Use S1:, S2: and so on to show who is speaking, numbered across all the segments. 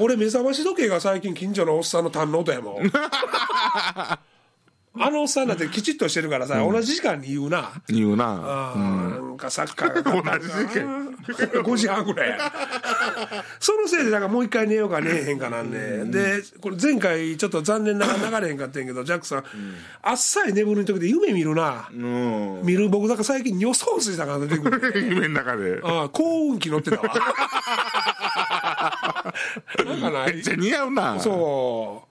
S1: 俺目覚まし時計が最近近所のおっさんの堪能とやも んあのおっさんなんてきちっとしてるからさ、同じ時間に言うな
S2: 言うな
S1: あーなんかサッカーが勝 った
S2: 同じ時
S1: な5時半ぐらいやそのせいでなんかもう一回寝ようか寝えへんかなんね、でこれ前回ちょっと残念な がら流れへんかったんやけどジャックさん、あっさり眠る時で夢見るな、
S2: うん
S1: 見る僕だから最近予想水さんが出てくる
S2: 夢の中で
S1: ああ幸運期乗って たわなんかな
S2: めっ
S1: い
S2: ちゃ似合うな
S1: そう、
S2: うん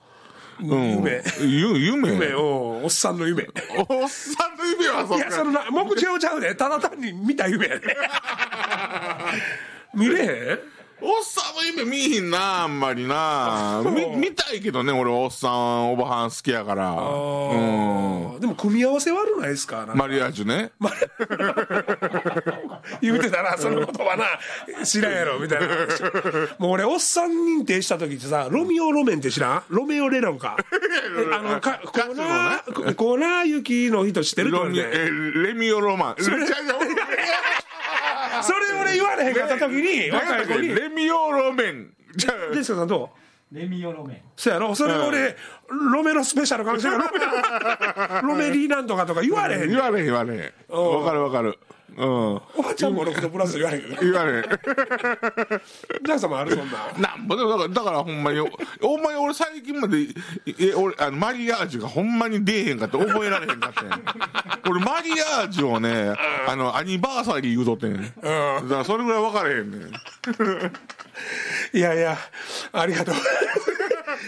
S1: 夢
S2: ゆ夢
S1: 夢をおっさんの夢い
S2: おっさんの夢はそっ
S1: やそ
S2: か
S1: のな目標ちゃうでただ単に見た夢や で見れへん
S2: おっさんの夢見ひんなあんまりなみ見たいけどね俺おっさんおばはん好きやからうん
S1: でも組み合わせ悪ないですかなんか
S2: マリアージュね
S1: 言うてたらその言葉な知らんやろみ たいなもう俺おっさん認定した時ってさロミオロメンって知らんロメオレロン かあのかコーナーコーナー雪の人知ってるって
S2: ロ
S1: 言わ
S2: ミ
S1: れて
S2: えレミオロマンレ
S1: それ俺言われへんかった時に若い子 に
S2: レミオロメンじゃあ
S1: デスカさんどう
S3: レミオロメン
S1: そやろそれ俺、ロメロスペシャルかもしれ ないロメリーなんとかとか言われへん
S2: 言われへん言われへん
S1: ん
S2: わかるわかるうん
S1: おばちゃんもろくとプラス言われへんけど
S2: 言われへん
S1: ジャンさんもあるそんな
S2: なんぼでもだからだからほんま にほんまに俺最近までいえ俺あのマリアージュがほんまに出えへんかって覚えられへんかってん 俺マリアージュをねあのアニバーサリー言うとってんだからそれぐらい分からへんねん
S1: いやいやありがとう